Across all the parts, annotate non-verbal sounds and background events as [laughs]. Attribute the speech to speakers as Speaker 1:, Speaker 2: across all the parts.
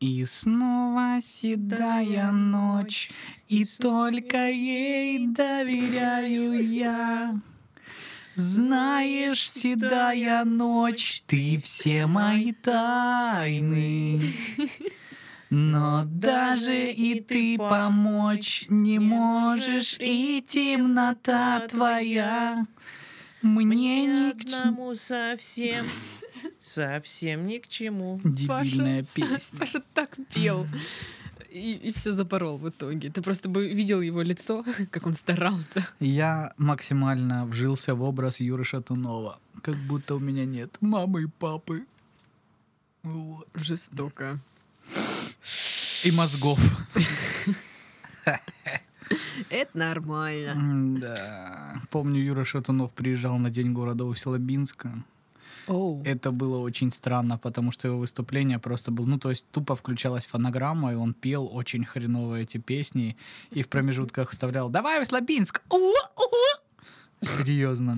Speaker 1: И снова седая ночь, и только ей доверяю я. Знаешь, седая ночь, ты все мои тайны. Но даже и ты помочь не можешь, и темнота твоя мне
Speaker 2: Мне
Speaker 1: ни к чему.
Speaker 2: одному совсем, совсем ни к чему.
Speaker 1: Дебильная песня.
Speaker 3: Паша так пел. И, все запорол в итоге. Ты просто бы видел его лицо, [laughs] как он старался.
Speaker 1: Я максимально вжился в образ Юры Шатунова. Как будто у меня нет мамы и папы. Вот.
Speaker 3: Жестоко.
Speaker 1: И мозгов.
Speaker 3: Это нормально.
Speaker 1: Да. Помню, Юра Шатунов приезжал на День города Усть-Лабинска.
Speaker 3: Оу.
Speaker 4: Э,
Speaker 1: Это было очень странно, потому что его выступление просто было... Ну, то есть тупо включалась фонограмма, и он пел очень хреново эти песни. И в промежутках вставлял «Давай, Усть-Лабинск!» Серьезно.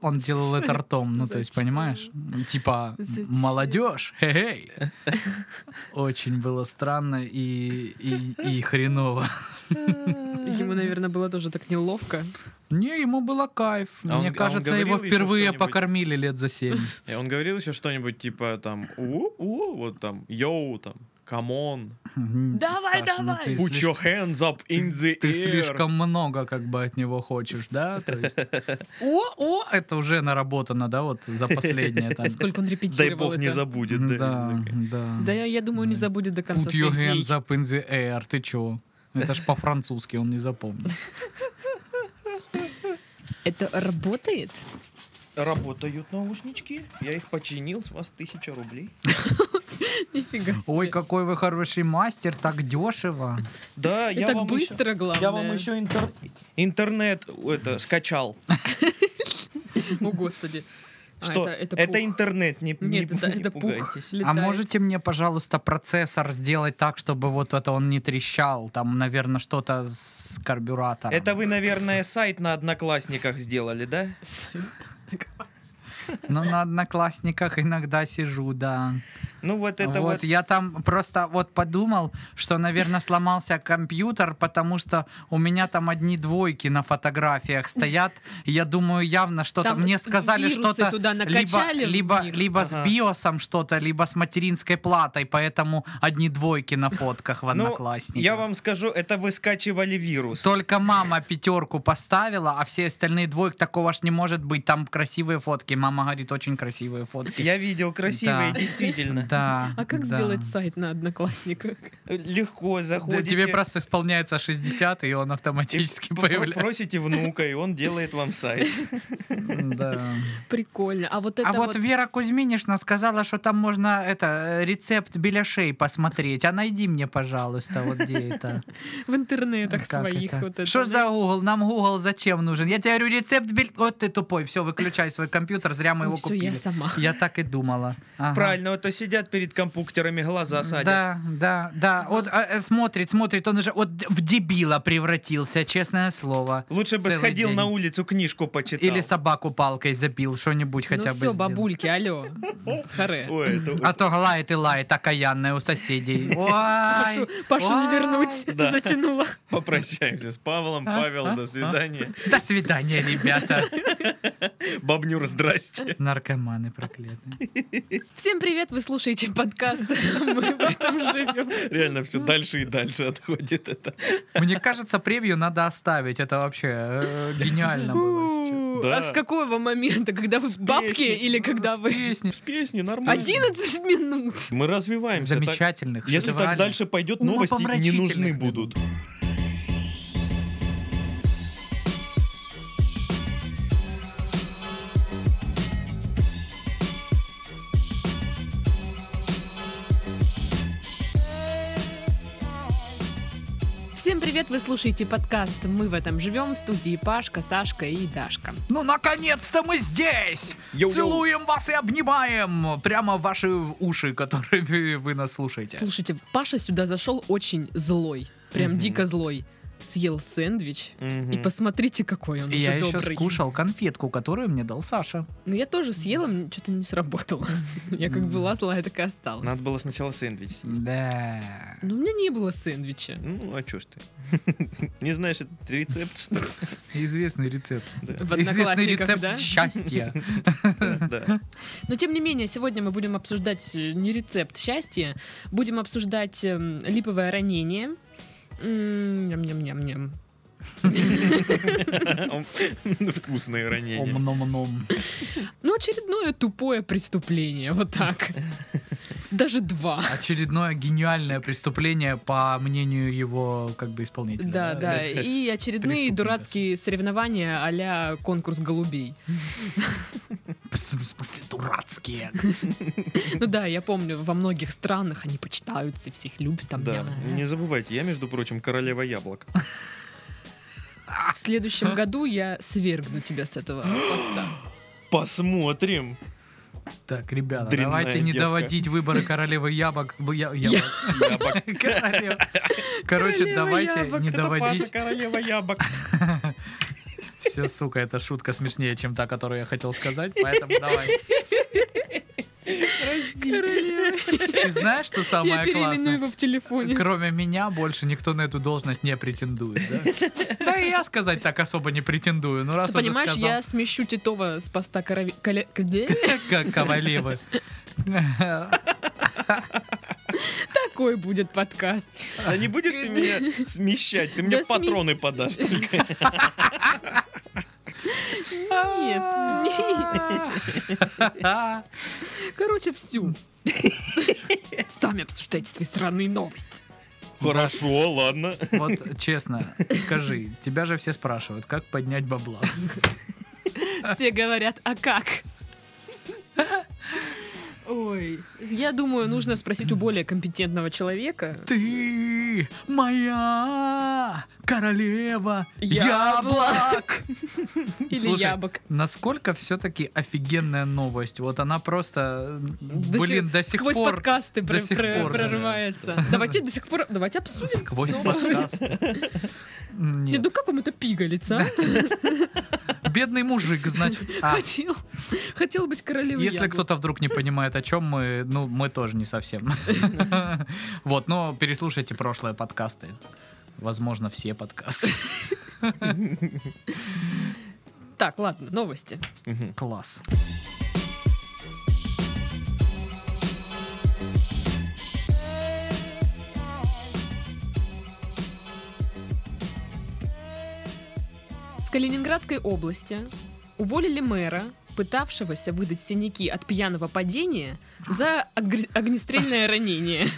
Speaker 1: Он делал это ртом, ну, то есть,
Speaker 3: Зачем?
Speaker 1: понимаешь? Типа,
Speaker 3: Зачем?
Speaker 1: молодежь,
Speaker 3: [laughs]
Speaker 1: хе-хей. Очень было странно и, и, и хреново.
Speaker 3: Ему, наверное, было тоже так неловко.
Speaker 1: Не, ему было кайф.
Speaker 4: А он-
Speaker 1: Мне
Speaker 4: а он
Speaker 1: кажется, его
Speaker 4: говорил ещё
Speaker 1: впервые
Speaker 4: что-нибудь?
Speaker 1: покормили лет за
Speaker 3: [laughs]
Speaker 1: семь.
Speaker 4: И он говорил еще что-нибудь типа там у у вот там йоу там камон
Speaker 3: Давай,
Speaker 1: Саша, ну
Speaker 3: давай.
Speaker 1: ты
Speaker 4: put
Speaker 1: слишком-
Speaker 4: your hands up in the
Speaker 1: Ты
Speaker 4: air.
Speaker 1: слишком много как бы от него хочешь, да? То
Speaker 4: [laughs]
Speaker 1: есть, о, о, это уже наработано, да, вот за последнее
Speaker 4: [laughs]
Speaker 1: там.
Speaker 3: Сколько он
Speaker 4: Дай
Speaker 3: репетировал
Speaker 4: бог не
Speaker 3: это.
Speaker 4: забудет.
Speaker 1: Да,
Speaker 4: такая.
Speaker 1: да.
Speaker 3: Да, я, я думаю, не забудет до конца
Speaker 1: Put your
Speaker 3: своих дней.
Speaker 1: hands up in the air, ты чё? Это ж по-французски, он не
Speaker 3: [laughs]
Speaker 1: запомнил.
Speaker 3: Это работает? [laughs]
Speaker 4: Работают наушнички. Я их починил, с вас тысяча рублей.
Speaker 3: Нифига себе.
Speaker 1: Ой, какой вы хороший мастер, так А дешево.
Speaker 4: Да,
Speaker 3: И
Speaker 4: я
Speaker 3: так
Speaker 4: вам ещё-
Speaker 3: быстро, главное.
Speaker 4: Я вам еще интер- интернет о, это, скачал.
Speaker 3: О, господи. А,
Speaker 4: Что?
Speaker 3: это, это
Speaker 4: Это
Speaker 3: пух.
Speaker 4: интернет, не не
Speaker 3: Нет, это,
Speaker 4: пу- не
Speaker 3: это пух
Speaker 4: пугайтесь.
Speaker 1: А
Speaker 3: летает.
Speaker 1: можете мне, пожалуйста, процессор сделать так, чтобы вот это он не трещал? Там, наверное, что-то с карбюратором.
Speaker 4: Это вы, наверное, сайт на Одноклассниках сделали, да?
Speaker 1: Ну, на одноклассниках иногда сижу, да.
Speaker 4: Ну вот это
Speaker 1: вот,
Speaker 4: вот.
Speaker 1: я там просто вот подумал, что, наверное, сломался компьютер, потому что у меня там одни двойки на фотографиях стоят. Я думаю, явно что-то
Speaker 3: Там
Speaker 1: мне
Speaker 3: с-
Speaker 1: сказали
Speaker 3: вирусы
Speaker 1: что-то
Speaker 3: туда
Speaker 1: либо
Speaker 3: накачали в
Speaker 1: либо,
Speaker 3: них.
Speaker 1: либо с
Speaker 4: Ага.
Speaker 1: биосом что-то, либо с материнской платой, поэтому одни двойки на фотках в
Speaker 4: Ну,
Speaker 1: одноклассниках.
Speaker 4: я вам скажу, это вы скачивали вирус.
Speaker 1: Только мама пятерку поставила, а все остальные двойки такого ж не может быть. Там красивые фотки. Мама говорит, очень красивые фотки.
Speaker 4: Я видел красивые,
Speaker 1: Да.
Speaker 4: действительно.
Speaker 1: Да.
Speaker 3: А как
Speaker 1: да.
Speaker 3: сделать сайт на Одноклассниках? [laughs]
Speaker 4: Легко
Speaker 1: Да
Speaker 4: заходите.
Speaker 1: тебе просто исполняется 60, и он автоматически
Speaker 4: и п-
Speaker 1: появляется.
Speaker 4: Просите внука, и он делает вам сайт.
Speaker 1: Да.
Speaker 3: Прикольно. А [laughs] вот это
Speaker 1: А вот Вера Кузьминишна сказала, что там можно это э, рецепт беляшей посмотреть. А найди мне, пожалуйста, вот где это.
Speaker 3: в интернетах
Speaker 1: А, Как
Speaker 3: своих
Speaker 1: это?
Speaker 3: вот это.
Speaker 1: Что
Speaker 3: да.
Speaker 1: за Google? Нам Google зачем нужен? Я тебе говорю, рецепт бель... Вот ты тупой. Все, выключай свой компьютер, зря мы
Speaker 3: Ну,
Speaker 1: его
Speaker 3: всё, я
Speaker 1: купили.
Speaker 3: сама.
Speaker 1: Я так и думала. Ага.
Speaker 4: Правильно, вот то сидят перед компьютерами, глаза садят.
Speaker 1: Да, да, да. Вот а, э, смотрит, смотрит, он уже вот в дебила превратился, честное слово.
Speaker 4: Лучше бы
Speaker 1: Целый
Speaker 4: сходил
Speaker 1: день.
Speaker 4: на улицу, книжку почитал.
Speaker 1: Или собаку палкой забил, что-нибудь хотя
Speaker 3: ну
Speaker 1: бы.
Speaker 3: все,
Speaker 1: сделал. [laughs]
Speaker 3: бабульки, алло. Харе.
Speaker 4: Ой, это
Speaker 1: А то лает и лает окаянная у
Speaker 3: [laughs]
Speaker 1: соседей. Ой,
Speaker 3: Пашу, Пашу не
Speaker 1: Ой.
Speaker 3: вернуть.
Speaker 4: Да.
Speaker 3: [laughs] Затянула.
Speaker 4: [laughs] Попрощаемся с Павлом.
Speaker 1: А,
Speaker 4: Павел, до свидания.
Speaker 1: До свидания, ребята.
Speaker 4: Бабнюр, здрасте.
Speaker 1: Наркоманы проклятые.
Speaker 3: Всем привет, вы слушаете подкаст. [laughs] Мы в этом живем.
Speaker 4: Реально все дальше и дальше отходит это.
Speaker 1: Мне кажется, превью надо оставить. Это вообще э, гениально было сейчас.
Speaker 3: А с какого момента? Когда вы с бабки
Speaker 4: песни.
Speaker 3: или когда
Speaker 1: С
Speaker 3: вы...
Speaker 1: песни
Speaker 4: С песни нормально.
Speaker 3: 11 минут.
Speaker 4: Мы развиваемся. так-
Speaker 1: замечательных.
Speaker 4: Если так
Speaker 1: шедевральных.
Speaker 4: дальше пойдет,
Speaker 1: Ну,
Speaker 4: новости не нужны
Speaker 1: Умопомрачительных.
Speaker 4: будут.
Speaker 3: Всем привет, вы слушаете подкаст «Мы в этом живем» в студии Пашка, Сашка и Дашка.
Speaker 1: Ну, наконец-то мы здесь!
Speaker 4: Йоу-йоу.
Speaker 1: Целуем вас и обнимаем! Прямо в ваши уши, которыми вы нас слушаете.
Speaker 3: Слушайте, Паша сюда зашел очень злой. Прям
Speaker 4: Мгм.
Speaker 3: дико злой. съел сэндвич.
Speaker 4: Мгм.
Speaker 3: И посмотрите, какой он
Speaker 1: И я
Speaker 3: уже
Speaker 1: еще
Speaker 3: добрый.
Speaker 1: скушал конфетку, которую мне дал Саша.
Speaker 3: Но я тоже съела, что-то не сработало. Я как
Speaker 1: Мгм.
Speaker 3: была злая, так и осталась.
Speaker 4: Надо было сначала сэндвич съесть.
Speaker 1: Да.
Speaker 3: Но у меня не было сэндвича.
Speaker 4: Ну, а чё ж ты? [laughs] Не знаешь этот рецепт, что ли?
Speaker 1: Известный рецепт.
Speaker 4: Да,
Speaker 3: В
Speaker 1: Известный
Speaker 3: «Одноклассниках»,
Speaker 1: рецепт
Speaker 3: да?
Speaker 4: [laughs]
Speaker 1: счастья.
Speaker 3: [laughs]
Speaker 4: да, [laughs] да.
Speaker 3: Но тем не менее, сегодня мы будем обсуждать э, не рецепт счастья, будем обсуждать эм, липовое ранение. М, Ням-ням-ням-ням.
Speaker 4: Вкусные ранения.
Speaker 1: Ом-ном-ном.
Speaker 3: Ну, очередное тупое преступление,
Speaker 1: [laughs]
Speaker 3: вот так. Даже два.
Speaker 1: Очередное гениальное преступление, по мнению его как бы исполнителя.
Speaker 3: Да, да. И очередные
Speaker 1: Преступник, да.
Speaker 3: дурацкие соревнования а-ля конкурс голубей.
Speaker 1: В смысле, дурацкие.
Speaker 3: Ну да, я помню, во многих странах они почитаются, всех любят там.
Speaker 4: Да,
Speaker 3: ням-ням.
Speaker 4: не забывайте, я, между прочим, королева яблок.
Speaker 3: А В следующем году я свергну тебя с этого поста. [laughs]
Speaker 4: Посмотрим.
Speaker 1: Так, ребята,
Speaker 4: Дрянная
Speaker 1: давайте не
Speaker 4: девка.
Speaker 1: доводить выборы королевы ябок. б- я- [laughs] яблок.
Speaker 4: Яблок.
Speaker 1: Королев. Короче,
Speaker 3: Королева
Speaker 1: давайте
Speaker 3: яблок,
Speaker 1: не
Speaker 3: это
Speaker 1: доводить.
Speaker 4: королева яблок.
Speaker 1: Все, сука, эта шутка смешнее, чем та, которую я хотел сказать, поэтому давай.
Speaker 3: Королева.
Speaker 1: Ты знаешь, что
Speaker 3: Я
Speaker 1: самое
Speaker 3: переименую
Speaker 1: классное?
Speaker 3: его в телефоне.
Speaker 1: Кроме меня больше никто на эту должность не претендует, да? Да и я сказать так особо не претендую, ну раз
Speaker 3: Ты
Speaker 1: уже
Speaker 3: понимаешь,
Speaker 1: сказал
Speaker 3: я смещу Титова с поста корови- коле- коле-
Speaker 1: к- Ковалевы.
Speaker 3: [laughs] Такой будет подкаст.
Speaker 4: А не будешь ты меня смещать? Ты мне
Speaker 3: Да смесь-
Speaker 4: патроны подашь только.
Speaker 3: Нет.
Speaker 1: [laughs]
Speaker 3: [laughs] Короче, всю. Сами обсуждайте свои странные новости.
Speaker 4: Хорошо, ладно.
Speaker 1: Вот честно, скажи, тебя же все спрашивают, как поднять бабла.
Speaker 3: Все говорят, а как? Ой, я думаю, нужно спросить у более компетентного человека.
Speaker 1: Ты моя королева
Speaker 3: Яблок.
Speaker 1: яблок.
Speaker 3: Или
Speaker 1: Слушай,
Speaker 3: яблок.
Speaker 1: Насколько все-таки офигенная новость. Вот она просто,
Speaker 3: До
Speaker 1: блин,
Speaker 3: сих-
Speaker 1: до сих
Speaker 3: сквозь
Speaker 1: пор
Speaker 3: подкасты
Speaker 1: до
Speaker 3: пр-
Speaker 1: сих
Speaker 3: пр-
Speaker 1: пор, да.
Speaker 3: прорывается. Давайте до сих пор, давайте обсудим.
Speaker 1: сквозь
Speaker 3: снова.
Speaker 1: подкаст.
Speaker 3: Нет,
Speaker 1: Нет.
Speaker 3: ну как вам это пигалица? а?
Speaker 1: Бедный мужик, значит. А,
Speaker 3: Хотел, хотел быть королевой
Speaker 1: Если
Speaker 3: яблок.
Speaker 1: кто-то вдруг не понимает, о чем мы, ну, мы тоже не совсем. [laughs] Вот, но переслушайте прошлые подкасты. Возможно, все подкасты.
Speaker 3: Так, ладно, новости.
Speaker 4: Мгм.
Speaker 1: Класс.
Speaker 3: В Калининградской области уволили мэра, пытавшегося выдать синяки от пьяного падения за огр- огнестрельное
Speaker 1: [laughs]
Speaker 3: ранение.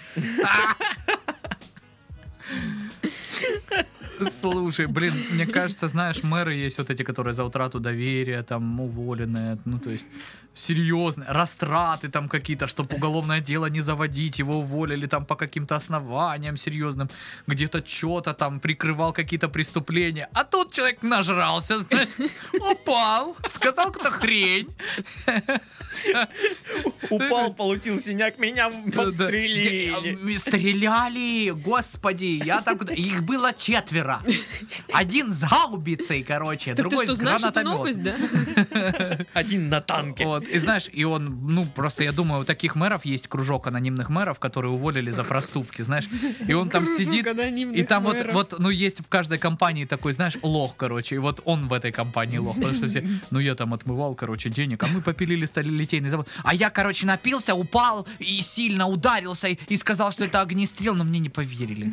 Speaker 1: Слушай, блин, мне кажется, знаешь, мэры есть вот эти, которые за утрату доверия, там, уволенные, ну, то есть, серьезные, растраты там какие-то, чтобы уголовное дело не заводить, его уволили там по каким-то основаниям серьезным, где-то что-то там прикрывал какие-то преступления, а тут человек нажрался, знаешь, упал, сказал какую-то хрень.
Speaker 4: Упал, получил синяк, меня подстрелили.
Speaker 1: М, э, Стреляли, господи, я там... куда- Их было четверо. Один с гаубицей, короче,
Speaker 3: Так ты
Speaker 1: другой
Speaker 3: что,
Speaker 1: с
Speaker 3: знаешь эту новость,
Speaker 1: гранатомет.
Speaker 3: да?
Speaker 4: Один на танке.
Speaker 1: Вот, и знаешь, и он, ну, просто я думаю, у таких мэров есть кружок анонимных мэров, которые уволили за проступки, знаешь, и он там сидит, и там вот, вот, ну, есть в каждой компании такой, знаешь, лох, короче, и вот он в этой компании лох, потому что все, ну, я там отмывал, короче, денег, а мы попилили сталилитейный завод, а я, короче, напился, упал и сильно ударился, и, и сказал, что это огнестрел, но мне не поверили.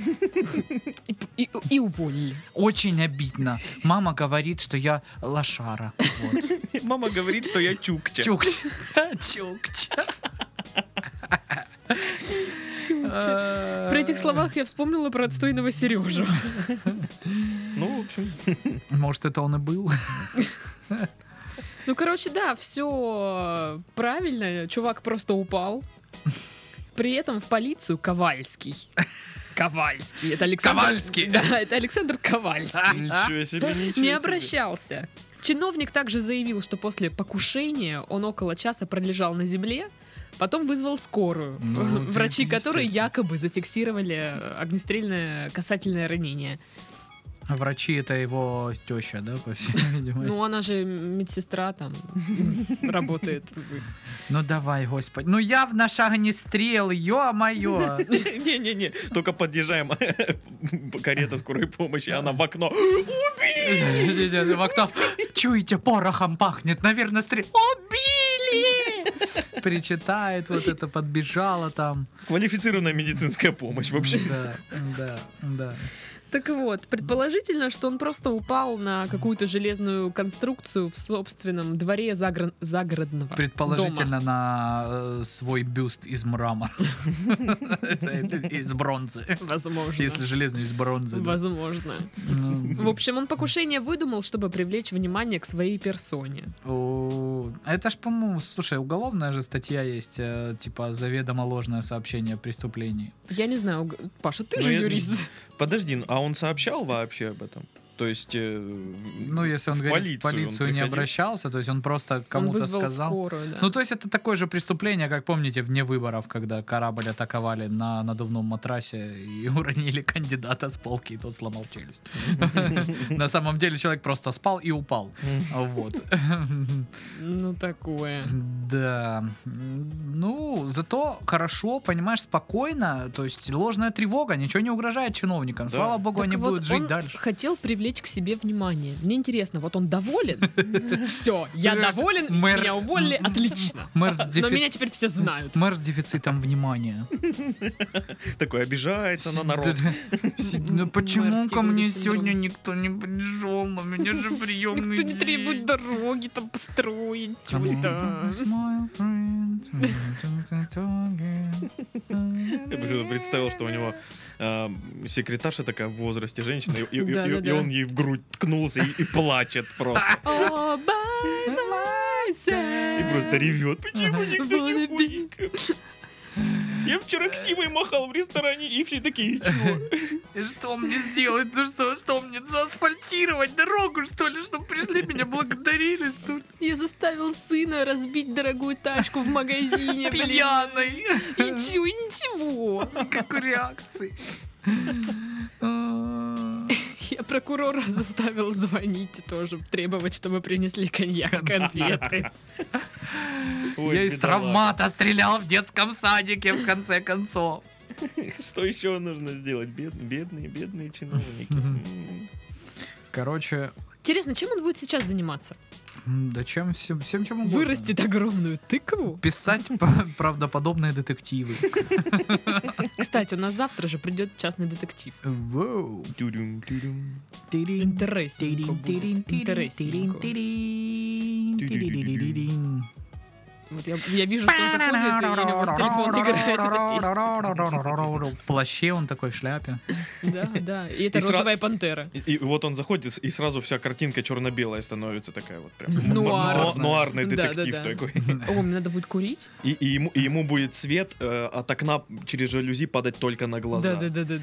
Speaker 3: И- И и уволили.
Speaker 1: Очень обидно. Мама говорит, что я лошара. Вот.
Speaker 4: Мама говорит, что я чукча.
Speaker 1: Чукча. А, Чукча.
Speaker 3: При этих словах я вспомнила про отстойного Сережу.
Speaker 4: Ну, в общем,
Speaker 1: Может, это он и был?
Speaker 3: Ну, короче, да, все правильно. Чувак просто упал. При этом в полицию Ковальский. Ковальский. Это Александр...
Speaker 1: Ковальский!
Speaker 3: Да, это Александр Ковальский.
Speaker 4: ничего себе, ничего себе.
Speaker 3: А, Не обращался. Чиновник также заявил, что после покушения он около часа пролежал на земле, потом вызвал скорую, [laughs]
Speaker 1: Ну, вот
Speaker 3: врачи
Speaker 1: это
Speaker 3: которой
Speaker 1: естественно.
Speaker 3: якобы зафиксировали огнестрельное касательное ранение.
Speaker 1: А врачи это его теща, да, по всей видимости?
Speaker 3: Ну, она же медсестра там работает.
Speaker 1: Ну давай, господи. Ну я в на шага не стрел, ё-моё.
Speaker 3: [laughs]
Speaker 4: [laughs] Не-не-не, только подъезжаем [laughs] карета скорой помощи, она в окно. [gasps]
Speaker 1: Не-не-не, В окно. Чуете, порохом пахнет. Наверное, стрел. Убили! Причитает, вот это подбежала там.
Speaker 4: Квалифицированная медицинская
Speaker 1: [laughs]
Speaker 4: помощь вообще.
Speaker 1: Да, да, да.
Speaker 3: Так вот, предположительно, что он просто упал на какую-то железную конструкцию в собственном дворе загр- загородного
Speaker 1: Предположительно, на э, свой бюст из
Speaker 3: [laughs]
Speaker 1: мрамора. Из бронзы.
Speaker 3: дома. Возможно.
Speaker 1: Если железный из бронзы. да.
Speaker 3: Возможно.
Speaker 1: Ну,
Speaker 3: В общем, он покушение выдумал, чтобы привлечь внимание к своей персоне.
Speaker 1: О, Это ж, по-моему, слушай, уголовная же статья есть, э, типа заведомо ложное сообщение о преступлении.
Speaker 3: Я не знаю, г- Паша, ты
Speaker 4: Ну,
Speaker 3: же
Speaker 4: я-
Speaker 3: юрист.
Speaker 4: [laughs] Подожди, ну, а он сообщал вообще об этом? То есть... э,
Speaker 1: Ну, если он
Speaker 4: в
Speaker 1: говорит, в полицию не
Speaker 4: приходил?
Speaker 1: обращался, то есть он просто
Speaker 3: он
Speaker 1: [laughs] кому-то
Speaker 3: вызвал
Speaker 1: сказал.
Speaker 3: скорую, да.
Speaker 1: Ну, то есть это такое же преступление, как помните, вне выборов, когда корабль атаковали на надувном матрасе и [laughs] уронили кандидата с полки, и тот сломал челюсть. [laughs] На самом деле человек просто спал и упал. Вот. [laughs]
Speaker 3: Ну, такое.
Speaker 1: Да. М, Ну, зато хорошо, понимаешь, спокойно. То есть ложная тревога, ничего не угрожает чиновникам.
Speaker 4: Да.
Speaker 1: Слава богу,
Speaker 3: Так
Speaker 1: они
Speaker 3: вот,
Speaker 1: будут жить
Speaker 3: он [laughs]
Speaker 1: дальше.
Speaker 3: хотел привлечь к себе внимание. Мне интересно, вот он
Speaker 1: [laughs]
Speaker 3: доволен? Все, я
Speaker 1: Понимаешь,
Speaker 3: доволен,
Speaker 1: мэр-
Speaker 3: меня уволили, отлично.
Speaker 1: Мэр с,
Speaker 3: А, Но
Speaker 1: дефи-
Speaker 3: меня теперь все знают.
Speaker 1: мэр с дефицитом
Speaker 4: [laughs]
Speaker 1: внимания.
Speaker 4: Такой обижается
Speaker 1: [laughs]
Speaker 4: на народ.
Speaker 1: Си- Ну почему
Speaker 3: Мэрский
Speaker 1: ко мне
Speaker 3: синдром.
Speaker 1: сегодня никто не пришел? У меня
Speaker 3: [laughs]
Speaker 1: же приемный
Speaker 3: Никто не
Speaker 1: день.
Speaker 3: требует дороги там построить. чё
Speaker 1: Come
Speaker 3: это?
Speaker 1: on, smile,
Speaker 3: [laughs]
Speaker 1: friend.
Speaker 4: Я почему-то представил, что у него э, секретарша такая в возрасте женщина, и,
Speaker 1: [laughs]
Speaker 4: и- и-
Speaker 3: Да-да-да.
Speaker 4: и он ей в грудь ткнулся и, и плачет просто.
Speaker 3: All by myself.
Speaker 4: И просто ревет. Почему никто не
Speaker 3: Wanna be-
Speaker 4: ходит ко мне?» Я вчера к Симой махал в ресторане, и все такие, «Чего?»
Speaker 1: И Что мне сделать? Ну что, что мне заасфальтировать дорогу, что ли? Чтобы пришли, меня благодарили, что ли?
Speaker 3: Я заставил сына разбить дорогую тачку в магазине. блин.
Speaker 1: Пьяной.
Speaker 3: И чё, ничего.
Speaker 1: Никакой реакции.
Speaker 3: Я прокурора заставил звонить и тоже, требовать, чтобы принесли коньяк, конфеты.
Speaker 4: Ой,
Speaker 1: Я из
Speaker 4: бедолага.
Speaker 1: травмата стрелял в детском садике, в конце концов.
Speaker 4: Что еще нужно сделать? Бед- Бедные, бедные чиновники. М-м-м.
Speaker 1: Мгм.
Speaker 4: М.
Speaker 1: Короче,
Speaker 3: Интересно, чем он будет сейчас заниматься?
Speaker 1: да чем всем, всем чем угодно.
Speaker 3: Вырастет огромную тыкву.
Speaker 1: Писать п- правдоподобные детективы.
Speaker 3: Кстати, у нас завтра же придет частный детектив.
Speaker 1: Воу.
Speaker 4: Тюрюм, тюрюм.
Speaker 1: Тирин,
Speaker 3: Интересненько
Speaker 1: тирин, тирин,
Speaker 3: будет.
Speaker 1: тирин,
Speaker 3: Интересненько.
Speaker 1: тирин, тирин, тирин.
Speaker 3: Вот я, я вижу, что он заходит, и у него с телефона играет эта
Speaker 1: В плаще он такой в шляпе.
Speaker 3: песня. Да, да. И это
Speaker 4: И сра-
Speaker 3: розовая пантера.
Speaker 4: И, и вот он заходит, и сразу вся картинка черно-белая становится такая вот прям.
Speaker 3: Нуар.
Speaker 4: Ну- Нуарный детектив
Speaker 3: Да-да-да.
Speaker 4: такой.
Speaker 3: О, мне надо будет курить?
Speaker 4: И, и ему, и ему будет свет э, от окна через жалюзи падать только на глаза.
Speaker 3: Да, да, да, да,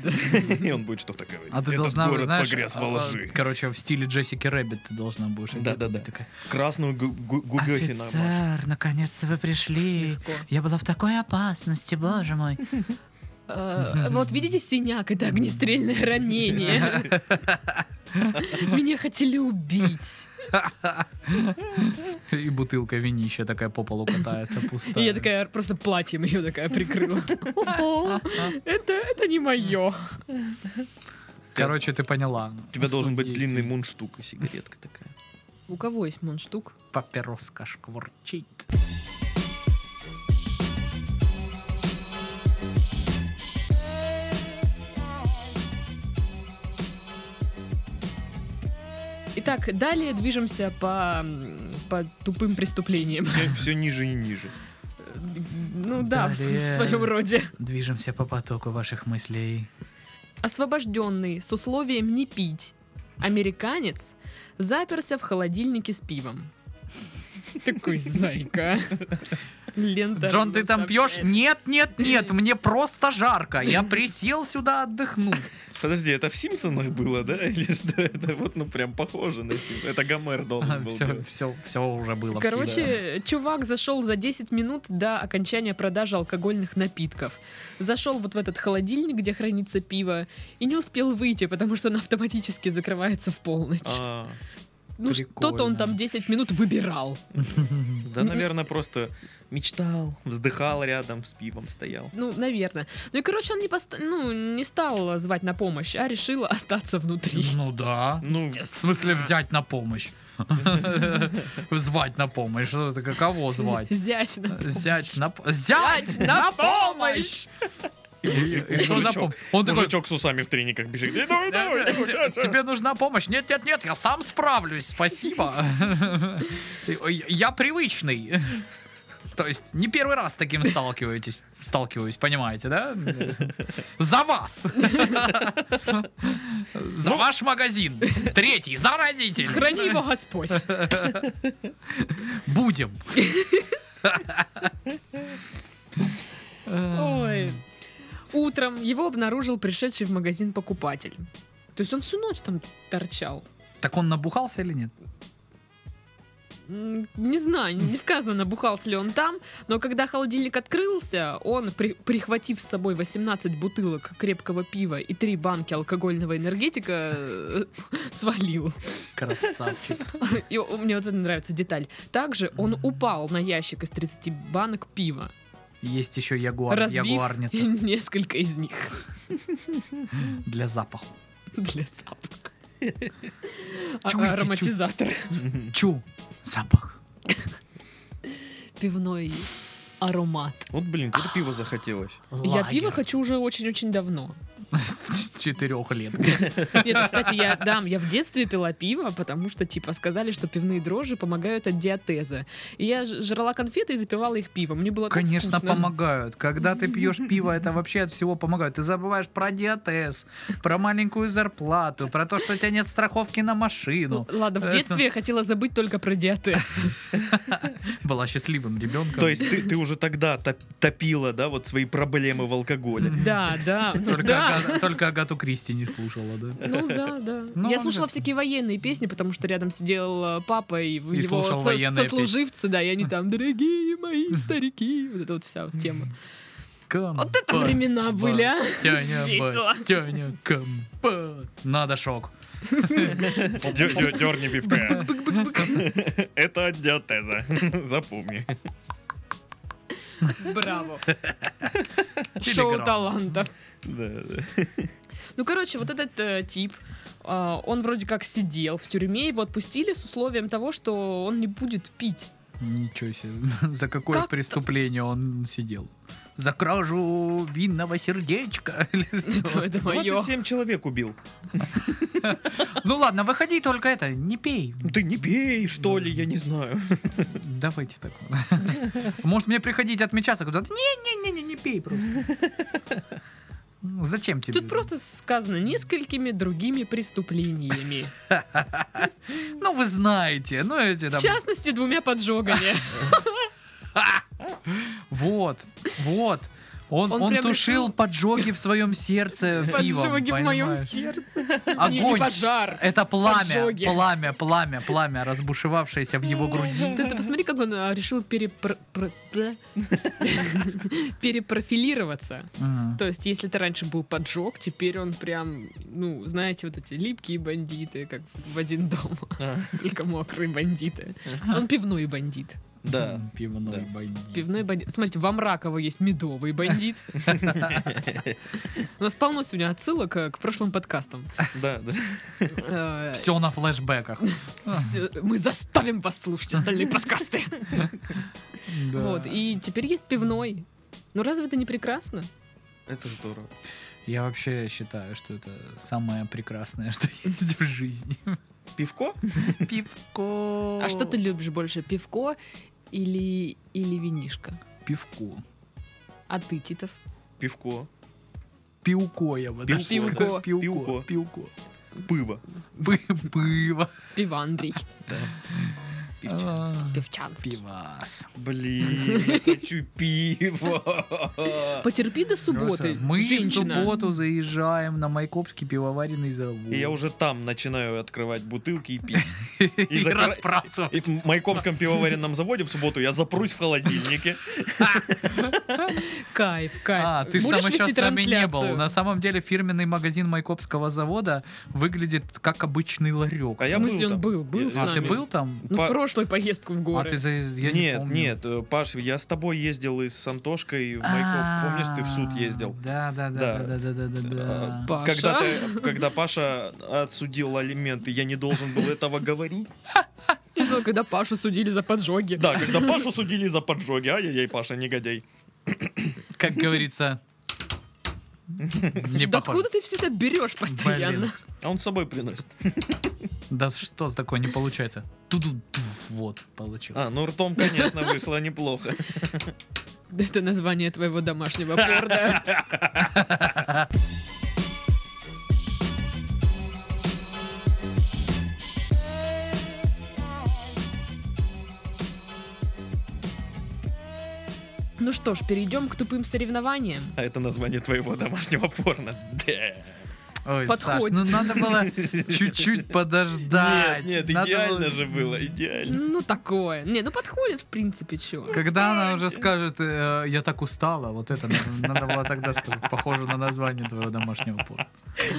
Speaker 3: да.
Speaker 4: И он будет что-то говорить.
Speaker 1: А ты
Speaker 4: Этот
Speaker 1: должна,
Speaker 4: город
Speaker 1: знаешь,
Speaker 4: погряз во
Speaker 1: а,
Speaker 4: лжи.
Speaker 1: а, короче, в стиле Джессики Рэббит ты должна будешь. одета,
Speaker 4: Да-да-да.
Speaker 1: ты такая,
Speaker 4: Красную гу- гу- губехина.
Speaker 1: Офицер, наконец-то вы пришли.
Speaker 3: Легко.
Speaker 1: Я была в такой опасности, боже мой.
Speaker 3: Э, Вот видите синяк, это огнестрельное ранение. Меня хотели убить.
Speaker 1: И бутылка винища такая по полу катается
Speaker 3: И
Speaker 1: пустая.
Speaker 3: я такая просто платьем ее такая прикрыла. О, Это, это не мое.
Speaker 1: Короче, ты поняла.
Speaker 4: У тебя должен быть
Speaker 1: Судейский
Speaker 4: длинный мундштук и сигаретка [laughs] такая.
Speaker 3: У кого есть мундштук?
Speaker 1: Папироска шкварчит.
Speaker 3: Итак, далее движемся по, м, по тупым преступлениям.
Speaker 4: Все, ниже и ниже.
Speaker 3: Ну да, в с- в
Speaker 1: Далее.
Speaker 3: своем роде.
Speaker 1: Движемся по потоку ваших мыслей.
Speaker 3: Освобожденный с условием не пить, американец заперся в холодильнике с пивом. Такой зайка. Лента.
Speaker 1: Джон, ты там пьешь?
Speaker 3: сообщает.
Speaker 1: Нет, нет, нет, мне просто жарко. Я присел сюда отдохнуть.
Speaker 4: Подожди, это в Симпсонах было, да? [laughs] Или что это? Вот, ну, прям похоже на Симпсонов. Это Гомер должен [laughs] был.
Speaker 1: Все,
Speaker 4: делать.
Speaker 1: все, все уже было. в Симпсонах.
Speaker 3: Короче, чувак зашел за 10 минут до окончания продажи алкогольных напитков. Зашел вот в этот холодильник, где хранится пиво, и не успел выйти, потому что он автоматически закрывается в полночь.
Speaker 4: А,
Speaker 3: ну что-то он
Speaker 1: прикольно.
Speaker 3: там 10 минут выбирал.
Speaker 4: да, наверное, просто мечтал, вздыхал рядом с пивом, стоял.
Speaker 3: Ну, наверное. Ну и, короче, он не, пост- ну, не стал звать на помощь, а решил остаться внутри.
Speaker 1: Ну да.
Speaker 4: Ну,
Speaker 1: В смысле взять на помощь? [laughs] Звать на помощь. Что это, каково звать? Э,
Speaker 3: Зять на помощь.
Speaker 1: Зять на... п- Зять на помощь! И- и Что за
Speaker 4: Мужичок.
Speaker 1: помощь? Он такой,
Speaker 4: мужичок с усами в трениках бежит. «Иду, иду, иду, ща, ща».
Speaker 1: Тебе нужна помощь? Нет, нет, нет, я сам справлюсь, спасибо. Ты- ой, Я привычный. То есть не первый раз с таким сталкиваетесь, сталкиваюсь, понимаете, да? За вас! За
Speaker 3: Ну.
Speaker 1: ваш магазин! Третий, за родителей!
Speaker 3: Храни его Господь.
Speaker 1: Будем!
Speaker 3: Ой. Утром его обнаружил пришедший в магазин покупатель. То есть он всю ночь там торчал.
Speaker 1: Так он набухался или нет?
Speaker 3: М, Не знаю, не сказано, набухался ли он там, но когда холодильник открылся, он, при- прихватив с собой 18 бутылок крепкого пива и 3 банки алкогольного энергетика, э, [laughs] свалил.
Speaker 1: Красавчик.
Speaker 3: И о- мне вот это нравится деталь. Также он упал на ящик из 30 банок пива,
Speaker 1: Есть еще ягуар,
Speaker 3: разбив
Speaker 1: ягуарница
Speaker 3: [laughs] несколько из них [laughs]
Speaker 1: для запаха.
Speaker 3: для запаха. А-
Speaker 1: Чуйте,
Speaker 3: Ароматизатор.
Speaker 1: Чу, запах.
Speaker 3: Пивной аромат.
Speaker 4: Вот, блин, какое пиво захотелось.
Speaker 3: Я пиво
Speaker 1: Лагерь.
Speaker 3: хочу уже очень-очень давно.
Speaker 1: [laughs] С четырех лет.
Speaker 3: Нет, ну, кстати, я дам. Я в детстве пила пиво, потому что, типа, сказали, что пивные дрожжи помогают от диатеза. И я ж- жрала конфеты и запивала их пивом. Мне было так
Speaker 1: Конечно,
Speaker 3: вкусно.
Speaker 1: помогают. Когда ты пьешь пиво, это вообще от всего помогает. Ты забываешь про диатез, про маленькую зарплату, про то, что у тебя нет страховки на машину.
Speaker 3: Л- Ладно, в
Speaker 1: Это-
Speaker 3: детстве я хотела забыть только про
Speaker 1: [laughs]
Speaker 3: диатез.
Speaker 1: Была счастливым ребенком.
Speaker 4: То есть ты, ты уже тогда топ- топила, да, вот свои проблемы в алкоголе.
Speaker 3: Да, да, ну
Speaker 1: Только,
Speaker 3: да.
Speaker 1: Ага- только Агату Кристи не слушала, да?
Speaker 3: [laughs] Ну да, да.
Speaker 1: Ну,
Speaker 3: я
Speaker 1: он
Speaker 3: слушала
Speaker 1: же-
Speaker 3: всякие военные песни, потому что рядом сидел э, папа и, в-
Speaker 1: И
Speaker 3: его
Speaker 1: слушал
Speaker 3: со-
Speaker 1: военные
Speaker 3: сослуживцы, да, и они там, дорогие мои старики, вот эта вот вся вот тема. Вот это
Speaker 1: Компа-
Speaker 3: времена
Speaker 1: ба-
Speaker 3: были, а?
Speaker 1: Тяня,
Speaker 3: [laughs] Весело.
Speaker 1: ба- тяня, компа. Надо шок.
Speaker 4: Дер- дер- Дерни [laughs] пивка.
Speaker 3: Бык-бык-бык.
Speaker 4: Это от диатеза. [laughs] Запомни.
Speaker 1: [laughs]
Speaker 3: Браво. Шоу
Speaker 1: Телеграм.
Speaker 3: талантов.
Speaker 4: Да, да.
Speaker 3: Ну, короче, вот этот э, тип, а, он вроде как сидел в тюрьме, его отпустили с условием того, что он не будет пить. [laughs]
Speaker 1: Ничего себе. [laughs] За какое
Speaker 3: Как-то-
Speaker 1: преступление он сидел? За кражу винного сердечка. [laughs] или что?
Speaker 3: [laughs] Это мое.
Speaker 4: 27 человек убил.
Speaker 1: Ну ладно, выходи только это, не пей.
Speaker 4: Ну, Ты не пей, что ли, я не знаю.
Speaker 1: Давайте
Speaker 3: [laughs]
Speaker 1: так. Может мне приходить отмечаться куда-то? Не-не-не, не пей просто. Ну, Зачем тебе?
Speaker 3: Тут просто сказано несколькими другими преступлениями.
Speaker 1: Ну вы знаете, ну эти
Speaker 3: В
Speaker 1: там...
Speaker 3: частности,
Speaker 1: [laughs]
Speaker 3: двумя поджогами.
Speaker 1: Вот, вот. Он,
Speaker 3: Он
Speaker 1: он,
Speaker 3: прям
Speaker 1: тушил
Speaker 3: решил-
Speaker 1: поджоги в своем сердце пивом,
Speaker 3: [laughs] Поджоги в моем
Speaker 1: понимаешь?
Speaker 3: сердце. Не- не
Speaker 1: Огонь. Э,
Speaker 3: пожар.
Speaker 1: Это пламя,
Speaker 3: Поджоги.
Speaker 1: пламя, пламя, пламя, разбушевавшееся в его
Speaker 3: [laughs]
Speaker 1: груди.
Speaker 3: Ты, ты посмотри, как он а, решил перепро- про- [laughs] бля. перепрофилироваться.
Speaker 1: Мгм.
Speaker 3: То есть, если это раньше был поджог, теперь он прям, ну, знаете, вот эти липкие бандиты, как в один дом.
Speaker 4: А,
Speaker 3: Только мокрые бандиты. Он пивной бандит.
Speaker 4: [laughs] Да.
Speaker 1: Пивной
Speaker 4: Да.
Speaker 1: бандит. [laughs]
Speaker 3: Пивной бандит. Смотрите, во Мраково есть медовый бандит. У нас полно сегодня отсылок э, к прошлым подкастам.
Speaker 4: Да, да.
Speaker 3: Э,
Speaker 1: Все на
Speaker 3: [laughs]
Speaker 1: флешбеках.
Speaker 3: всё- Мы заставим вас слушать
Speaker 1: [laughs]
Speaker 3: остальные подкасты.
Speaker 1: Да.
Speaker 3: Вот, и теперь есть пивной. Ну разве это не прекрасно?
Speaker 4: Это здорово.
Speaker 1: Я вообще считаю, что это самое прекрасное, [laughs] что есть в жизни.
Speaker 4: Пивко?
Speaker 1: Пивко.
Speaker 3: А что ты любишь больше, пивко или, или винишко?
Speaker 1: Пивко.
Speaker 3: А ты, Титов?
Speaker 4: Пивко.
Speaker 1: Пивко я бы. даже
Speaker 4: Пивко.
Speaker 1: сказал. Пивко.
Speaker 4: Пивко.
Speaker 1: Пивко.
Speaker 4: Пыво.
Speaker 1: Пы- Пыво. [laughs]
Speaker 3: Пиво Андрей.
Speaker 4: Пивчанский.
Speaker 1: А,
Speaker 3: Певчанский.
Speaker 1: Пивас.
Speaker 4: Блин, я хочу
Speaker 3: [laughs]
Speaker 4: пиво.
Speaker 3: Потерпи до субботы,
Speaker 1: Просто Мы
Speaker 3: женщина.
Speaker 1: в субботу заезжаем на Майкопский пивоваренный завод.
Speaker 4: И я
Speaker 1: [laughs]
Speaker 4: уже там начинаю открывать бутылки и пить.
Speaker 1: И
Speaker 4: закра-
Speaker 1: расспрашиваю.
Speaker 4: И в Майкопском пивоваренном заводе в субботу я запрусь в холодильнике.
Speaker 3: Кайф, кайф.
Speaker 1: А, ты же там
Speaker 3: Э, Будешь
Speaker 1: еще
Speaker 3: вести
Speaker 1: с нами не был.
Speaker 3: трансляцию?
Speaker 1: На самом деле фирменный магазин Майкопского завода выглядит как обычный ларек.
Speaker 4: А
Speaker 3: В
Speaker 4: я
Speaker 3: смысле,
Speaker 4: был
Speaker 3: он
Speaker 4: там.
Speaker 3: был, был
Speaker 4: Я-
Speaker 3: с
Speaker 1: А ты
Speaker 3: нами?
Speaker 1: был там?
Speaker 3: Ну,
Speaker 4: Па-
Speaker 3: в прошлую поездку в
Speaker 1: А
Speaker 3: горы.
Speaker 1: ты за... Я не
Speaker 4: нет,
Speaker 1: помню.
Speaker 4: нет, э, Паш, я с тобой ездил и с Антошкой в
Speaker 3: А.
Speaker 4: Майкоп. Помнишь, ты в суд ездил?
Speaker 1: А, Да, да, да, да,
Speaker 4: Да. А,
Speaker 1: да, да, да, да.
Speaker 3: Паша?
Speaker 4: Э, Когда, ты, когда Паша отсудил алименты, я не должен был этого говорить.
Speaker 3: Ну, когда Пашу судили за поджоги.
Speaker 4: Да, когда Пашу судили за поджоги. Ай-яй-яй, Паша, негодяй.
Speaker 1: Как говорится. Не
Speaker 3: Да
Speaker 1: похоже.
Speaker 3: откуда ты все это берешь постоянно?
Speaker 1: Блин.
Speaker 4: А он с собой приносит.
Speaker 1: Да что за такое не получается? Ту-ду, туф, вот, получилось.
Speaker 4: А, ну ртом, конечно, вышло неплохо.
Speaker 3: Да [laughs] Это название твоего домашнего порно. [laughs] Ну что ж, перейдем к тупым соревнованиям.
Speaker 4: А это название твоего домашнего порно. Да.
Speaker 1: Ой, Саш,
Speaker 3: подходит.
Speaker 1: ну надо было
Speaker 4: [laughs]
Speaker 1: чуть-чуть подождать.
Speaker 4: Нет, нет,
Speaker 1: Надо
Speaker 4: идеально
Speaker 1: было-
Speaker 4: же было, идеально.
Speaker 3: Ну, такое. Не, ну подходит, в принципе, чего.
Speaker 1: Когда она уже скажет, э, я так устала, вот это надо- надо было тогда сказать, похоже на название твоего домашнего порно.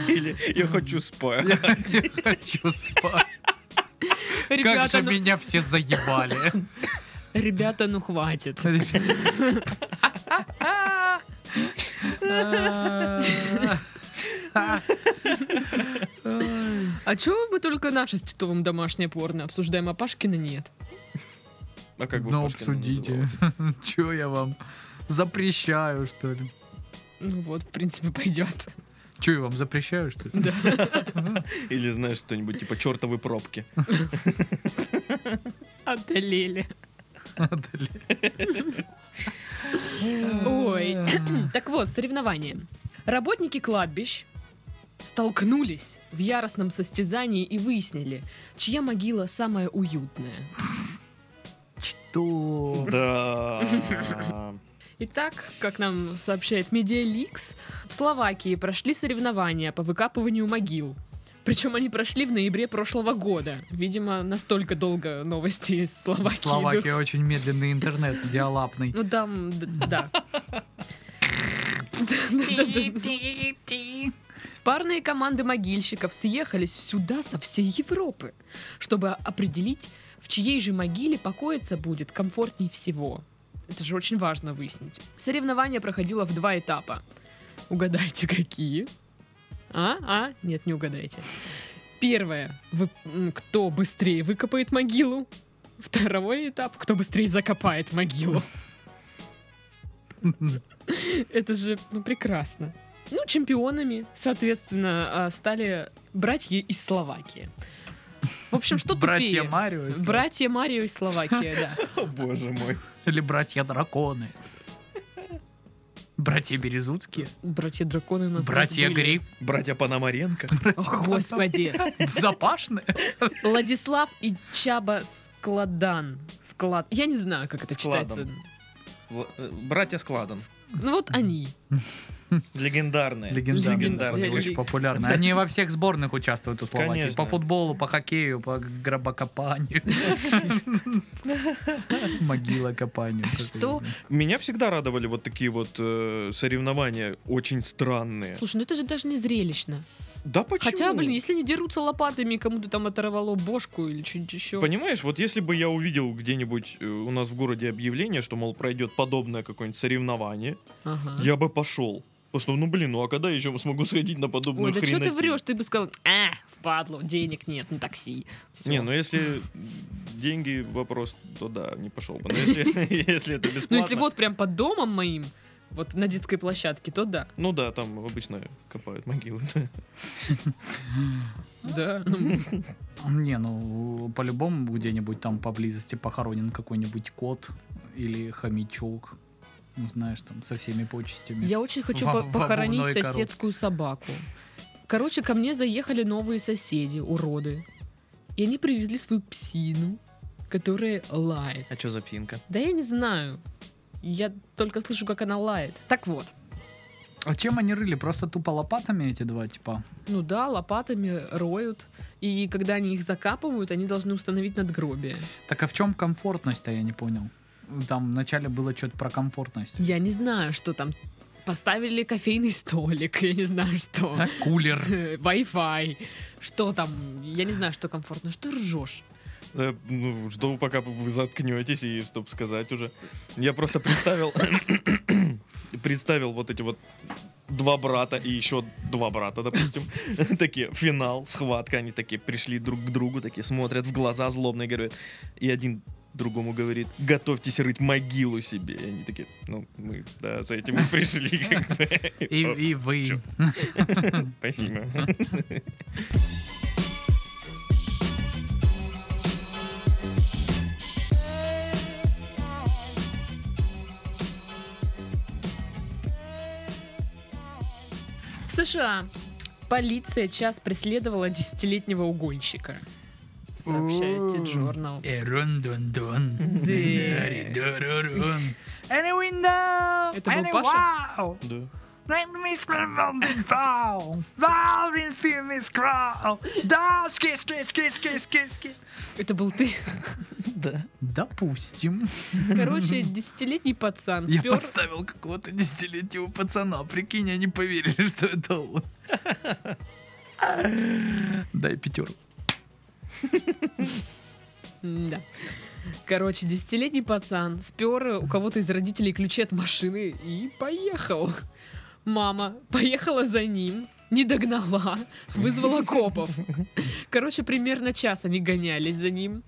Speaker 4: Или я хочу спать.
Speaker 1: Я не хочу спать. Как
Speaker 3: Ребята,
Speaker 1: же
Speaker 3: ну,
Speaker 1: меня все заебали.
Speaker 3: ребята, ну хватит. А чего мы только наше с Титовым домашнее порно обсуждаем, а Пашкина нет?
Speaker 4: А как бы
Speaker 1: Ну,
Speaker 4: Пашкина
Speaker 1: обсудите.
Speaker 4: называлась?
Speaker 1: Че я вам запрещаю, что ли?
Speaker 3: Ну вот, в принципе, [laughs] пойдет.
Speaker 1: Че я вам запрещаю, что ли?
Speaker 4: Или знаешь что-нибудь типа чертовы пробки.
Speaker 3: Одолели.
Speaker 1: Отдали.
Speaker 3: Ой. Так вот, соревнования. Работники кладбищ столкнулись в яростном состязании и выяснили, чья могила самая уютная.
Speaker 1: Что?
Speaker 4: [laughs] Да.
Speaker 3: Итак, как нам сообщает Медиаликс, в Словакии прошли соревнования по выкапыванию могил. Причем они прошли в ноябре прошлого года. Видимо, настолько долго новости из Словакии идут.
Speaker 1: Словакия очень медленный интернет, диалапный.
Speaker 3: Ну там, д- да. Парные команды могильщиков съехались сюда со всей Европы, чтобы определить, в чьей же могиле покоиться будет комфортней всего. Это же очень важно выяснить. Соревнование проходило в два этапа. Угадайте, какие? А? А? Нет, не угадайте. Первое. вы- м, кто быстрее выкопает могилу. Второй этап. Кто быстрее закопает могилу. Это же ну, прекрасно. Ну, чемпионами, соответственно, а, стали братья из Словакии. В общем, что
Speaker 1: Братья
Speaker 3: тупее?
Speaker 1: Марио и Слав-
Speaker 3: Братья Марио из Словакии, да.
Speaker 4: [laughs] О, Боже мой.
Speaker 1: или братья драконы. Братья Березуцкие,
Speaker 3: [laughs] Братья драконы у нас
Speaker 1: братья
Speaker 3: были.
Speaker 1: Гриб,
Speaker 4: Братья Пономаренко.
Speaker 3: О,
Speaker 4: [laughs]
Speaker 3: господи.
Speaker 1: [laughs] Запашные.
Speaker 3: Владислав и Чаба Складан. Склад. Я не знаю, как это
Speaker 4: Складом.
Speaker 3: читается.
Speaker 4: В- э, Братья Складом.
Speaker 3: Ну вот они.
Speaker 4: Легендарные.
Speaker 1: Легендарные.
Speaker 4: Легендарные.
Speaker 1: Очень популярны. Они во всех сборных участвуют у Словакии.
Speaker 4: Конечно.
Speaker 1: По футболу, по хоккею, по
Speaker 3: [laughs]
Speaker 1: гробокопанию. Могилокопанию.
Speaker 3: Что?
Speaker 4: Меня всегда радовали вот такие вот э, соревнования очень странные.
Speaker 3: Слушай, ну это же даже не зрелищно.
Speaker 4: Да почему?
Speaker 3: Хотя, блин, если не дерутся лопатами, и кому-то там оторвало бошку или что-нибудь еще.
Speaker 4: Понимаешь, вот если бы я увидел где-нибудь э, у нас в городе объявление, что, мол, пройдет подобное какое-нибудь соревнование,
Speaker 3: Ага.
Speaker 4: я бы пошел. Просто, ну блин, ну а когда я еще смогу сходить на подобную
Speaker 3: Ой, да что
Speaker 4: хренотень?
Speaker 3: ты врешь? Ты бы сказал, а, впадло, денег нет на такси. Всё.
Speaker 4: Не, ну если деньги вопрос, то да, не пошел бы. Но если, [laughs] если это бесплатно,
Speaker 3: Ну, если вот прям под домом моим, вот на детской площадке, то да.
Speaker 4: ну да, там обычно копают могилы. да.
Speaker 3: Да. Ну,
Speaker 1: Не, ну, по-любому где-нибудь там поблизости похоронен какой-нибудь кот или хомячок. Ну, знаешь, там, со всеми почестями.
Speaker 3: Я очень хочу
Speaker 1: Во-
Speaker 3: по-
Speaker 1: во
Speaker 3: похоронить
Speaker 1: обувной коробке.
Speaker 3: соседскую собаку. Короче, ко мне заехали новые соседи, уроды. И они привезли свою псину. которая лает.
Speaker 2: А что за псинка?
Speaker 3: Да я не знаю. Я только слышу, как она лает. Так вот.
Speaker 1: А чем они рыли? Просто тупо лопатами эти два типа?
Speaker 3: Ну да, лопатами роют. И когда они их закапывают, они должны установить надгробие.
Speaker 1: Так а в чем комфортность-то, я не понял. Там вначале было что-то про комфортность.
Speaker 3: Я не знаю, что там. Поставили кофейный столик, [laughs] я не знаю что. Э,
Speaker 1: А, кулер.
Speaker 3: Wi-Fi. Что там? Я не знаю, что комфортно. Что ты ржешь?
Speaker 4: Э, ну, Жду, пока вы заткнетесь, и чтобы сказать уже. Я просто представил... [coughs] представил вот эти вот два брата и еще два брата, допустим. [laughs] такие, финал, схватка. Они такие пришли друг к другу, такие смотрят в глаза злобно и говорят... И один другому говорит, готовьтесь рыть могилу себе. И они такие, ну, мы, да, за этим и пришли. как бы».
Speaker 1: И, и вы.
Speaker 4: Э, Чё? Спасибо.
Speaker 3: В США полиция час преследовала десятилетнего угонщика. Сообщает
Speaker 1: О.
Speaker 3: T-Journal.
Speaker 1: Э, Эрун-дун-дун. Э, Дари-дару-рун. Э,
Speaker 3: Это был Паша?
Speaker 4: Да.
Speaker 3: Это был ты.
Speaker 1: Допустим.
Speaker 3: Короче, десятилетний пацан
Speaker 1: Я
Speaker 3: спер...
Speaker 1: подставил какого-то десятилетнего пацана. Прикинь, они поверили, что это он. Дай пятерку.
Speaker 3: Да. Короче, десятилетний пацан спер у кого-то из родителей ключи от машины и поехал. Мама поехала за ним, не догнала, вызвала копов. Короче, примерно час они гонялись за ним,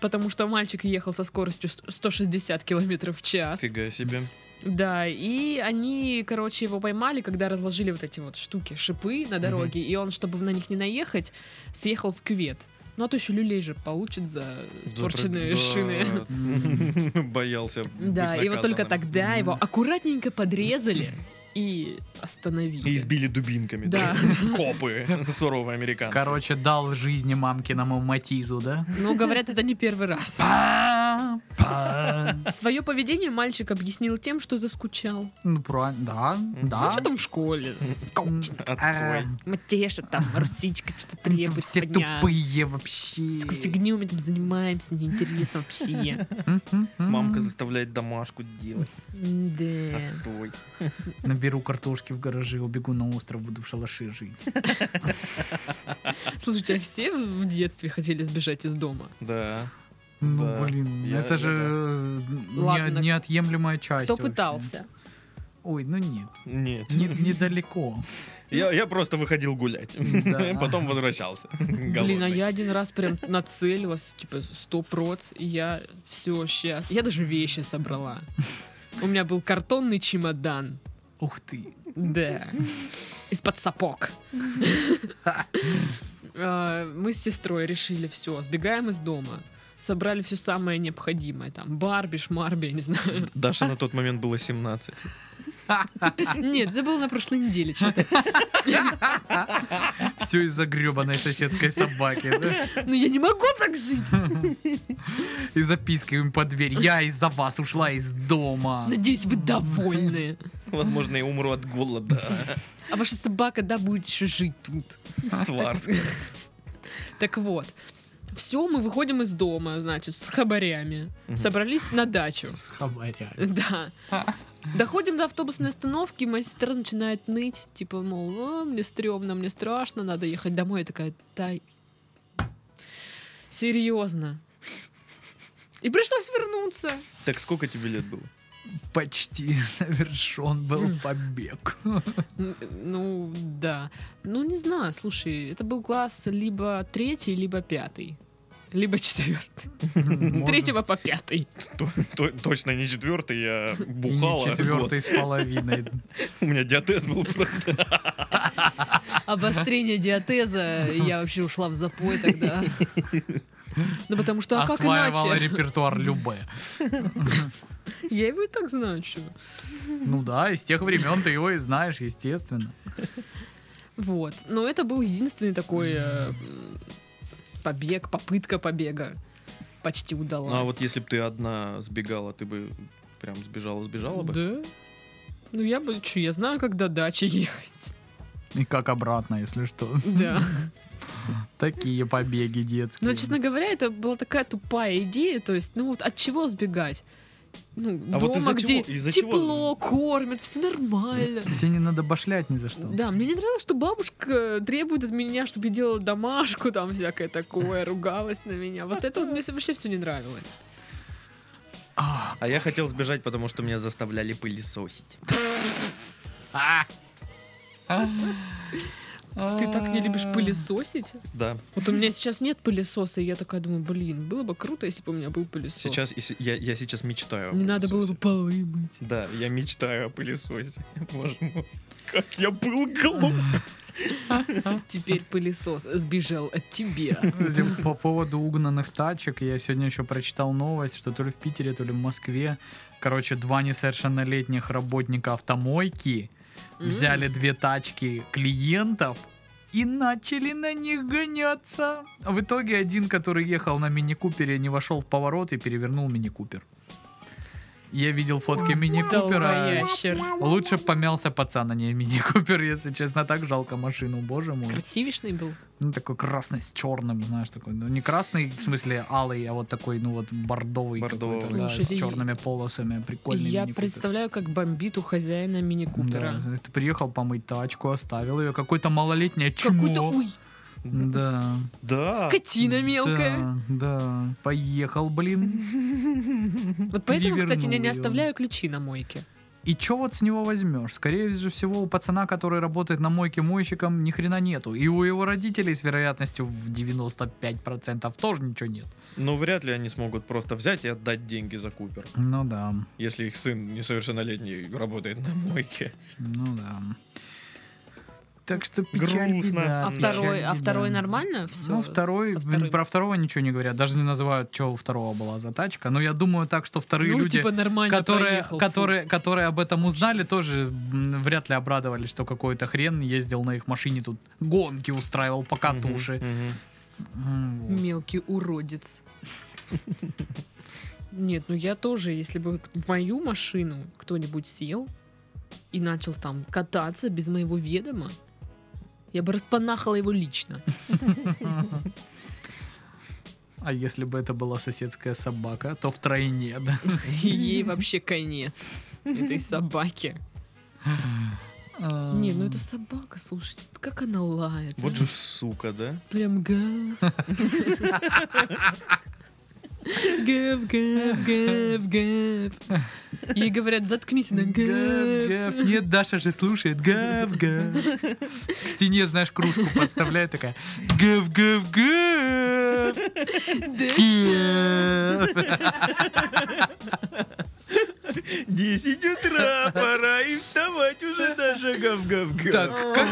Speaker 3: потому что мальчик ехал со скоростью ст- 160 километров в час.
Speaker 4: Фига себе.
Speaker 3: Да, и они, короче, его поймали, когда разложили вот эти вот штуки, шипы на дороге, и он, чтобы на них не наехать, съехал в кювет. Ну а то еще люлей же получит за испорченные
Speaker 4: Да.
Speaker 3: шины.
Speaker 4: [laughs] Боялся.
Speaker 3: Да,
Speaker 4: быть
Speaker 3: и вот только
Speaker 4: наказанным.
Speaker 3: тогда его аккуратненько подрезали и
Speaker 4: И
Speaker 3: остановили.
Speaker 4: избили дубинками.
Speaker 3: Да.
Speaker 4: [laughs] Копы. Суровые американцы.
Speaker 1: Короче, дал жизни мамкиному Матизу, да?
Speaker 3: Ну, говорят, это не первый раз.
Speaker 1: Па, па.
Speaker 3: Свое поведение мальчик объяснил тем, что заскучал.
Speaker 1: Ну, правильно, да,
Speaker 3: Ну,
Speaker 1: да.
Speaker 3: что там в школе? Скучно.
Speaker 1: а,
Speaker 4: Отстой.
Speaker 3: Матеша там, русичка, что-то
Speaker 1: Тут
Speaker 3: требует.
Speaker 1: Ну, Все
Speaker 3: понятно.
Speaker 1: тупые вообще.
Speaker 3: Сколько фигни мы там занимаемся, неинтересно вообще.
Speaker 1: М-м-м.
Speaker 4: Мамка заставляет домашку делать.
Speaker 3: Да.
Speaker 4: Отстой.
Speaker 1: Наберу картошки в гараже, убегу на остров, буду в шалаше жить.
Speaker 3: Слушайте, а все в детстве хотели сбежать из дома?
Speaker 4: Да.
Speaker 1: Ну,
Speaker 4: Да,
Speaker 1: блин,
Speaker 4: я-
Speaker 1: это
Speaker 4: я-
Speaker 1: же э, не-
Speaker 3: Ладно.
Speaker 1: неотъемлемая часть.
Speaker 3: Кто
Speaker 1: вообще.
Speaker 3: пытался?
Speaker 1: Ой, ну нет. [laughs]
Speaker 4: Нет.
Speaker 1: Не- недалеко.
Speaker 4: Я, я просто выходил гулять. [laughs]
Speaker 1: Да.
Speaker 4: Потом возвращался.
Speaker 3: [laughs] Блин, а
Speaker 4: Голодный.
Speaker 3: я один раз прям нацелилась, типа, сто проц, и я все сейчас. Я даже вещи собрала. У меня был картонный чемодан.
Speaker 1: Ух ты.
Speaker 3: Да. Из-под сапог. Э, Мы с сестрой решили все, сбегаем из дома. Собрали все самое необходимое. Там Барби, Шмарби, я не знаю. [laughs]
Speaker 4: Даша на тот момент было 17.
Speaker 3: Нет, это было на прошлой неделе. чё-то.
Speaker 1: Все из-за гребаной соседской собаки. да?
Speaker 3: Ну я не могу так жить.
Speaker 1: И записка им под дверь. Я из-за вас ушла из дома.
Speaker 3: Надеюсь, вы довольны.
Speaker 4: Возможно, я умру от
Speaker 3: [laughs]
Speaker 4: голода.
Speaker 3: А ваша собака, да, будет еще жить тут.
Speaker 4: Тварская.
Speaker 3: [laughs] Так вот. Все, мы выходим из дома, значит, с хабарями. Собрались на дачу.
Speaker 1: Хабаря.
Speaker 3: Да. Доходим до автобусной остановки, моя сестра начинает ныть, типа, мол, «О, мне стрёмно, мне страшно, надо ехать домой. Я такая, тай. Серьезно. И пришлось вернуться.
Speaker 4: Так сколько тебе лет было?
Speaker 1: Почти совершен был побег.
Speaker 3: Н- Ну, да. Ну, не знаю, слушай, это был класс либо третий, либо пятый. Либо четвертый. С
Speaker 1: Может,
Speaker 3: третьего по пятый.
Speaker 4: То- то- Точно не четвертый,
Speaker 3: [laughs]
Speaker 4: я
Speaker 1: и не
Speaker 4: бухала.
Speaker 1: четвертый с [laughs] половиной.
Speaker 4: Вот. У меня диатез был просто.
Speaker 3: [laughs] Обострение диатеза, и я вообще ушла в запой тогда. Ну, потому что, а как
Speaker 1: Осваивала
Speaker 3: иначе?
Speaker 1: репертуар Любе.
Speaker 3: Я его и так знаю, что.
Speaker 1: Ну да, из тех времен ты его и знаешь, естественно.
Speaker 3: Вот. Но это был единственный такой э, м, побег, попытка побега. почти удалась.
Speaker 4: Ну а вот если бы ты одна сбегала, ты бы прям сбежала-сбежала бы?
Speaker 3: Да. Ну я бы, что, я знаю, как до дачи ехать.
Speaker 4: [laughs]
Speaker 1: И как обратно, если что. [laughs]
Speaker 3: Да.
Speaker 1: Такие побеги детские.
Speaker 3: Но, Ну, честно говоря, это была такая тупая идея. То есть, ну вот от чего сбегать? Ну,
Speaker 4: А
Speaker 3: дома,
Speaker 4: вот из-за
Speaker 3: где
Speaker 4: чего- из-за чего
Speaker 3: тепло, кормят, все нормально.
Speaker 1: Тебе не надо башлять ни за что.
Speaker 3: Да, мне не нравилось, что бабушка требует от меня, чтобы я делала домашку, там всякое такое, ругалась на меня. Вот это вот мне вообще все не нравилось.
Speaker 1: А,
Speaker 4: А я хотел сбежать, потому что меня заставляли пылесосить.
Speaker 3: Ты так не
Speaker 4: А.
Speaker 3: любишь пылесосить?
Speaker 4: Да.
Speaker 3: Вот у меня сейчас нет пылесоса, и я такая думаю, блин, было бы круто, если бы у меня был пылесос.
Speaker 4: Сейчас и- я, я сейчас мечтаю. о
Speaker 3: Не надо было бы
Speaker 4: пылесосе.
Speaker 3: полы мыть.
Speaker 4: Да, я мечтаю о пылесосе. Боже мой. Как я был глуп. А?
Speaker 3: Теперь пылесос сбежал от
Speaker 1: [laughs]
Speaker 3: тебя.
Speaker 1: Кстати, По поводу угнанных тачек, я сегодня еще прочитал новость, что то ли в Питере, то ли в Москве, короче, два несовершеннолетних работника автомойки
Speaker 3: М.
Speaker 1: взяли две тачки клиентов и начали на них гоняться. А В итоге один, который ехал на мини-купере, не вошел в поворот и перевернул мини-купер. Я видел фотки мини-купера.
Speaker 3: Долбоящер.
Speaker 1: Лучше б помялся пацан, а не мини-купер, если честно. Так жалко машину, боже мой.
Speaker 3: Красивишный был.
Speaker 1: Ну, такой красный с черным, знаешь, такой. Ну, не красный, в смысле, алый, а вот такой, ну, вот бордовый,
Speaker 4: Бордовый.
Speaker 1: какой-то, да, с
Speaker 3: Слушай,
Speaker 1: черными полосами. Прикольный
Speaker 3: я
Speaker 1: мини-купер.
Speaker 3: представляю, как бомбит у хозяина мини-купера.
Speaker 1: Да, ты приехал помыть тачку, оставил ее. Какой-то малолетнее
Speaker 3: Какой-то
Speaker 1: чмо.
Speaker 3: уй,
Speaker 1: Да.
Speaker 4: Да.
Speaker 3: скотина мелкая.
Speaker 1: Да, да. Поехал, блин.
Speaker 3: Вот поэтому,
Speaker 1: Не
Speaker 3: кстати, я
Speaker 1: вернул
Speaker 3: не
Speaker 1: её.
Speaker 3: оставляю ключи на мойке.
Speaker 1: И чё вот с него возьмешь? Скорее же всего, у пацана, который работает на мойке мойщиком, ни хрена нету. И у его родителей с вероятностью в 95% тоже ничего нет.
Speaker 4: Ну, вряд ли они смогут просто взять и отдать деньги за Купер.
Speaker 1: Ну да.
Speaker 4: Если их сын несовершеннолетний работает на мойке.
Speaker 1: Ну да. Так что печаль,
Speaker 4: Грустно.
Speaker 1: беда,
Speaker 3: А
Speaker 4: Отлично.
Speaker 3: второй, а
Speaker 1: печаль,
Speaker 3: второй
Speaker 1: беда.
Speaker 3: нормально? Все.
Speaker 1: ну, второй, блин, про второго ничего не говорят, даже не называют, что у второго была за тачка. Но я думаю так, что вторые
Speaker 3: ну,
Speaker 1: люди,
Speaker 3: типа нормально
Speaker 1: которые,
Speaker 3: проехал, фу.
Speaker 1: которые, которые об этом узнали, тоже м, вряд ли обрадовались, что какой-то хрен ездил на их машине тут гонки устраивал по катуши.
Speaker 4: Мгм, мгм.
Speaker 1: М, вот.
Speaker 3: Мелкий уродец. [laughs] Нет, ну я тоже, если бы в мою машину кто-нибудь сел и начал там кататься без моего ведома, я бы распанахала его лично.
Speaker 1: А если бы это была соседская собака, то втройне, да.
Speaker 3: И ей вообще конец. Этой собаке. [laughs] Не, ну это собака, слушайте, как она лает.
Speaker 4: Вот
Speaker 3: а?
Speaker 4: же ж сука, да?
Speaker 3: Прям гав. Гав, гав, гав, гав. Ей говорят, заткнись на
Speaker 1: Эм, Гав,
Speaker 3: гав.
Speaker 1: гав. Нет, Даша же слушает. Гав, гав. К стене, знаешь, кружку подставляет такая. Гав, гав,
Speaker 3: [laughs]
Speaker 1: гав. Гав.
Speaker 4: 10 утра, пора и вставать уже даже
Speaker 1: Так,
Speaker 4: гав-гав-гав.
Speaker 1: [laughs] как,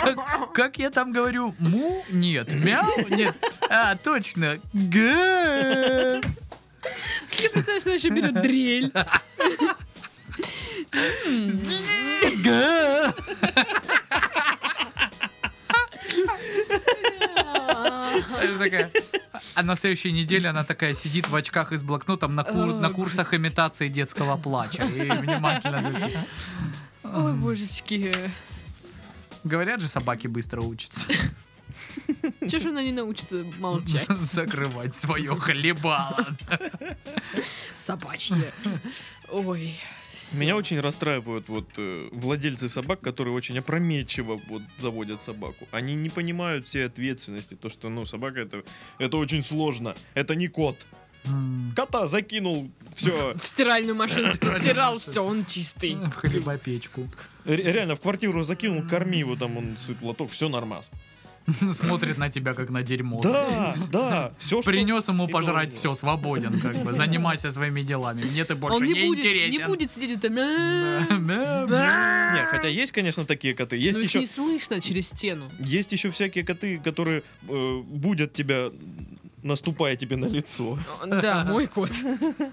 Speaker 1: как- как я там говорю? Му? Нет. Мяу? Нет. А, точно. Гав.
Speaker 3: Я представляю, что она еще берет дрель.
Speaker 4: [laughs]
Speaker 1: Гав. Она же такая. А на следующей неделе она такая сидит в очках и с блокнотом на, кур- на курсах имитации детского плача. И внимательно за-
Speaker 3: Ой, божечки.
Speaker 1: Говорят же, собаки быстро учатся
Speaker 3: Че ж она не научится молчать?
Speaker 1: [laughs] закрывать свое хлебало.
Speaker 3: Собачья. Ой. всё.
Speaker 4: Меня очень расстраивают вот э, владельцы собак, которые очень опрометчиво вот заводят собаку. Они не понимают всей ответственности, то что ну собака это это очень сложно, это не кот.
Speaker 1: М,
Speaker 4: Кота закинул,
Speaker 3: [laughs]
Speaker 4: все.
Speaker 3: В
Speaker 4: [coughs]
Speaker 3: стиральную машину стирал, все, он чистый.
Speaker 1: В хлебопечку.
Speaker 4: Реально в квартиру закинул, корми его там, он сыт лоток, все нормас.
Speaker 1: Смотрит на тебя как на дерьмо.
Speaker 4: Да, да, все что.
Speaker 1: Принес ему
Speaker 4: И
Speaker 1: пожрать,
Speaker 4: главное.
Speaker 1: все, свободен, как бы. Занимайся своими делами. Мне ты больше
Speaker 3: Он
Speaker 1: не,
Speaker 3: не будет, не
Speaker 1: интересен.
Speaker 3: будет сидеть и там. «А,
Speaker 1: Да, да.
Speaker 3: а».
Speaker 4: Не, хотя есть, конечно, такие коты.
Speaker 3: Ну
Speaker 4: Есть
Speaker 3: их
Speaker 4: еще
Speaker 3: не слышно через стену.
Speaker 4: есть еще всякие коты, которые э, будят тебя наступая тебе на лицо.
Speaker 1: [laughs]
Speaker 3: Да, мой кот.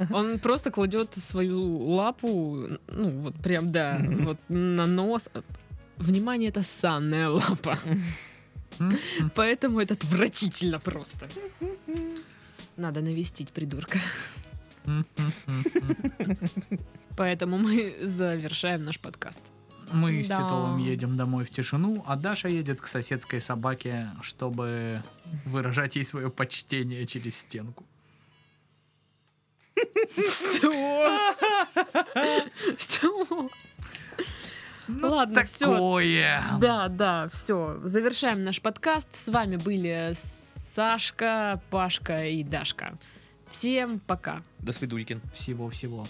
Speaker 3: Он просто кладет свою лапу, ну, вот прям, да, вот на нос. Внимание, это
Speaker 1: [laughs]
Speaker 3: санная лапа.
Speaker 1: М, м.
Speaker 3: Поэтому это отвратительно просто. Надо навестить придурка. Поэтому мы завершаем наш подкаст. [laughs]
Speaker 1: Мы с
Speaker 5: Да.
Speaker 1: Титовым едем домой в тишину, а Даша едет к соседской собаке, чтобы выражать ей свое почтение через стенку. [laughs]
Speaker 3: Что? Что? Ладно, все.
Speaker 1: Ну, Такое!
Speaker 3: Да, да, все. Завершаем наш подкаст. С вами были Сашка, Пашка и Дашка. Всем пока.
Speaker 2: До свидулькин.
Speaker 1: Всего-всего.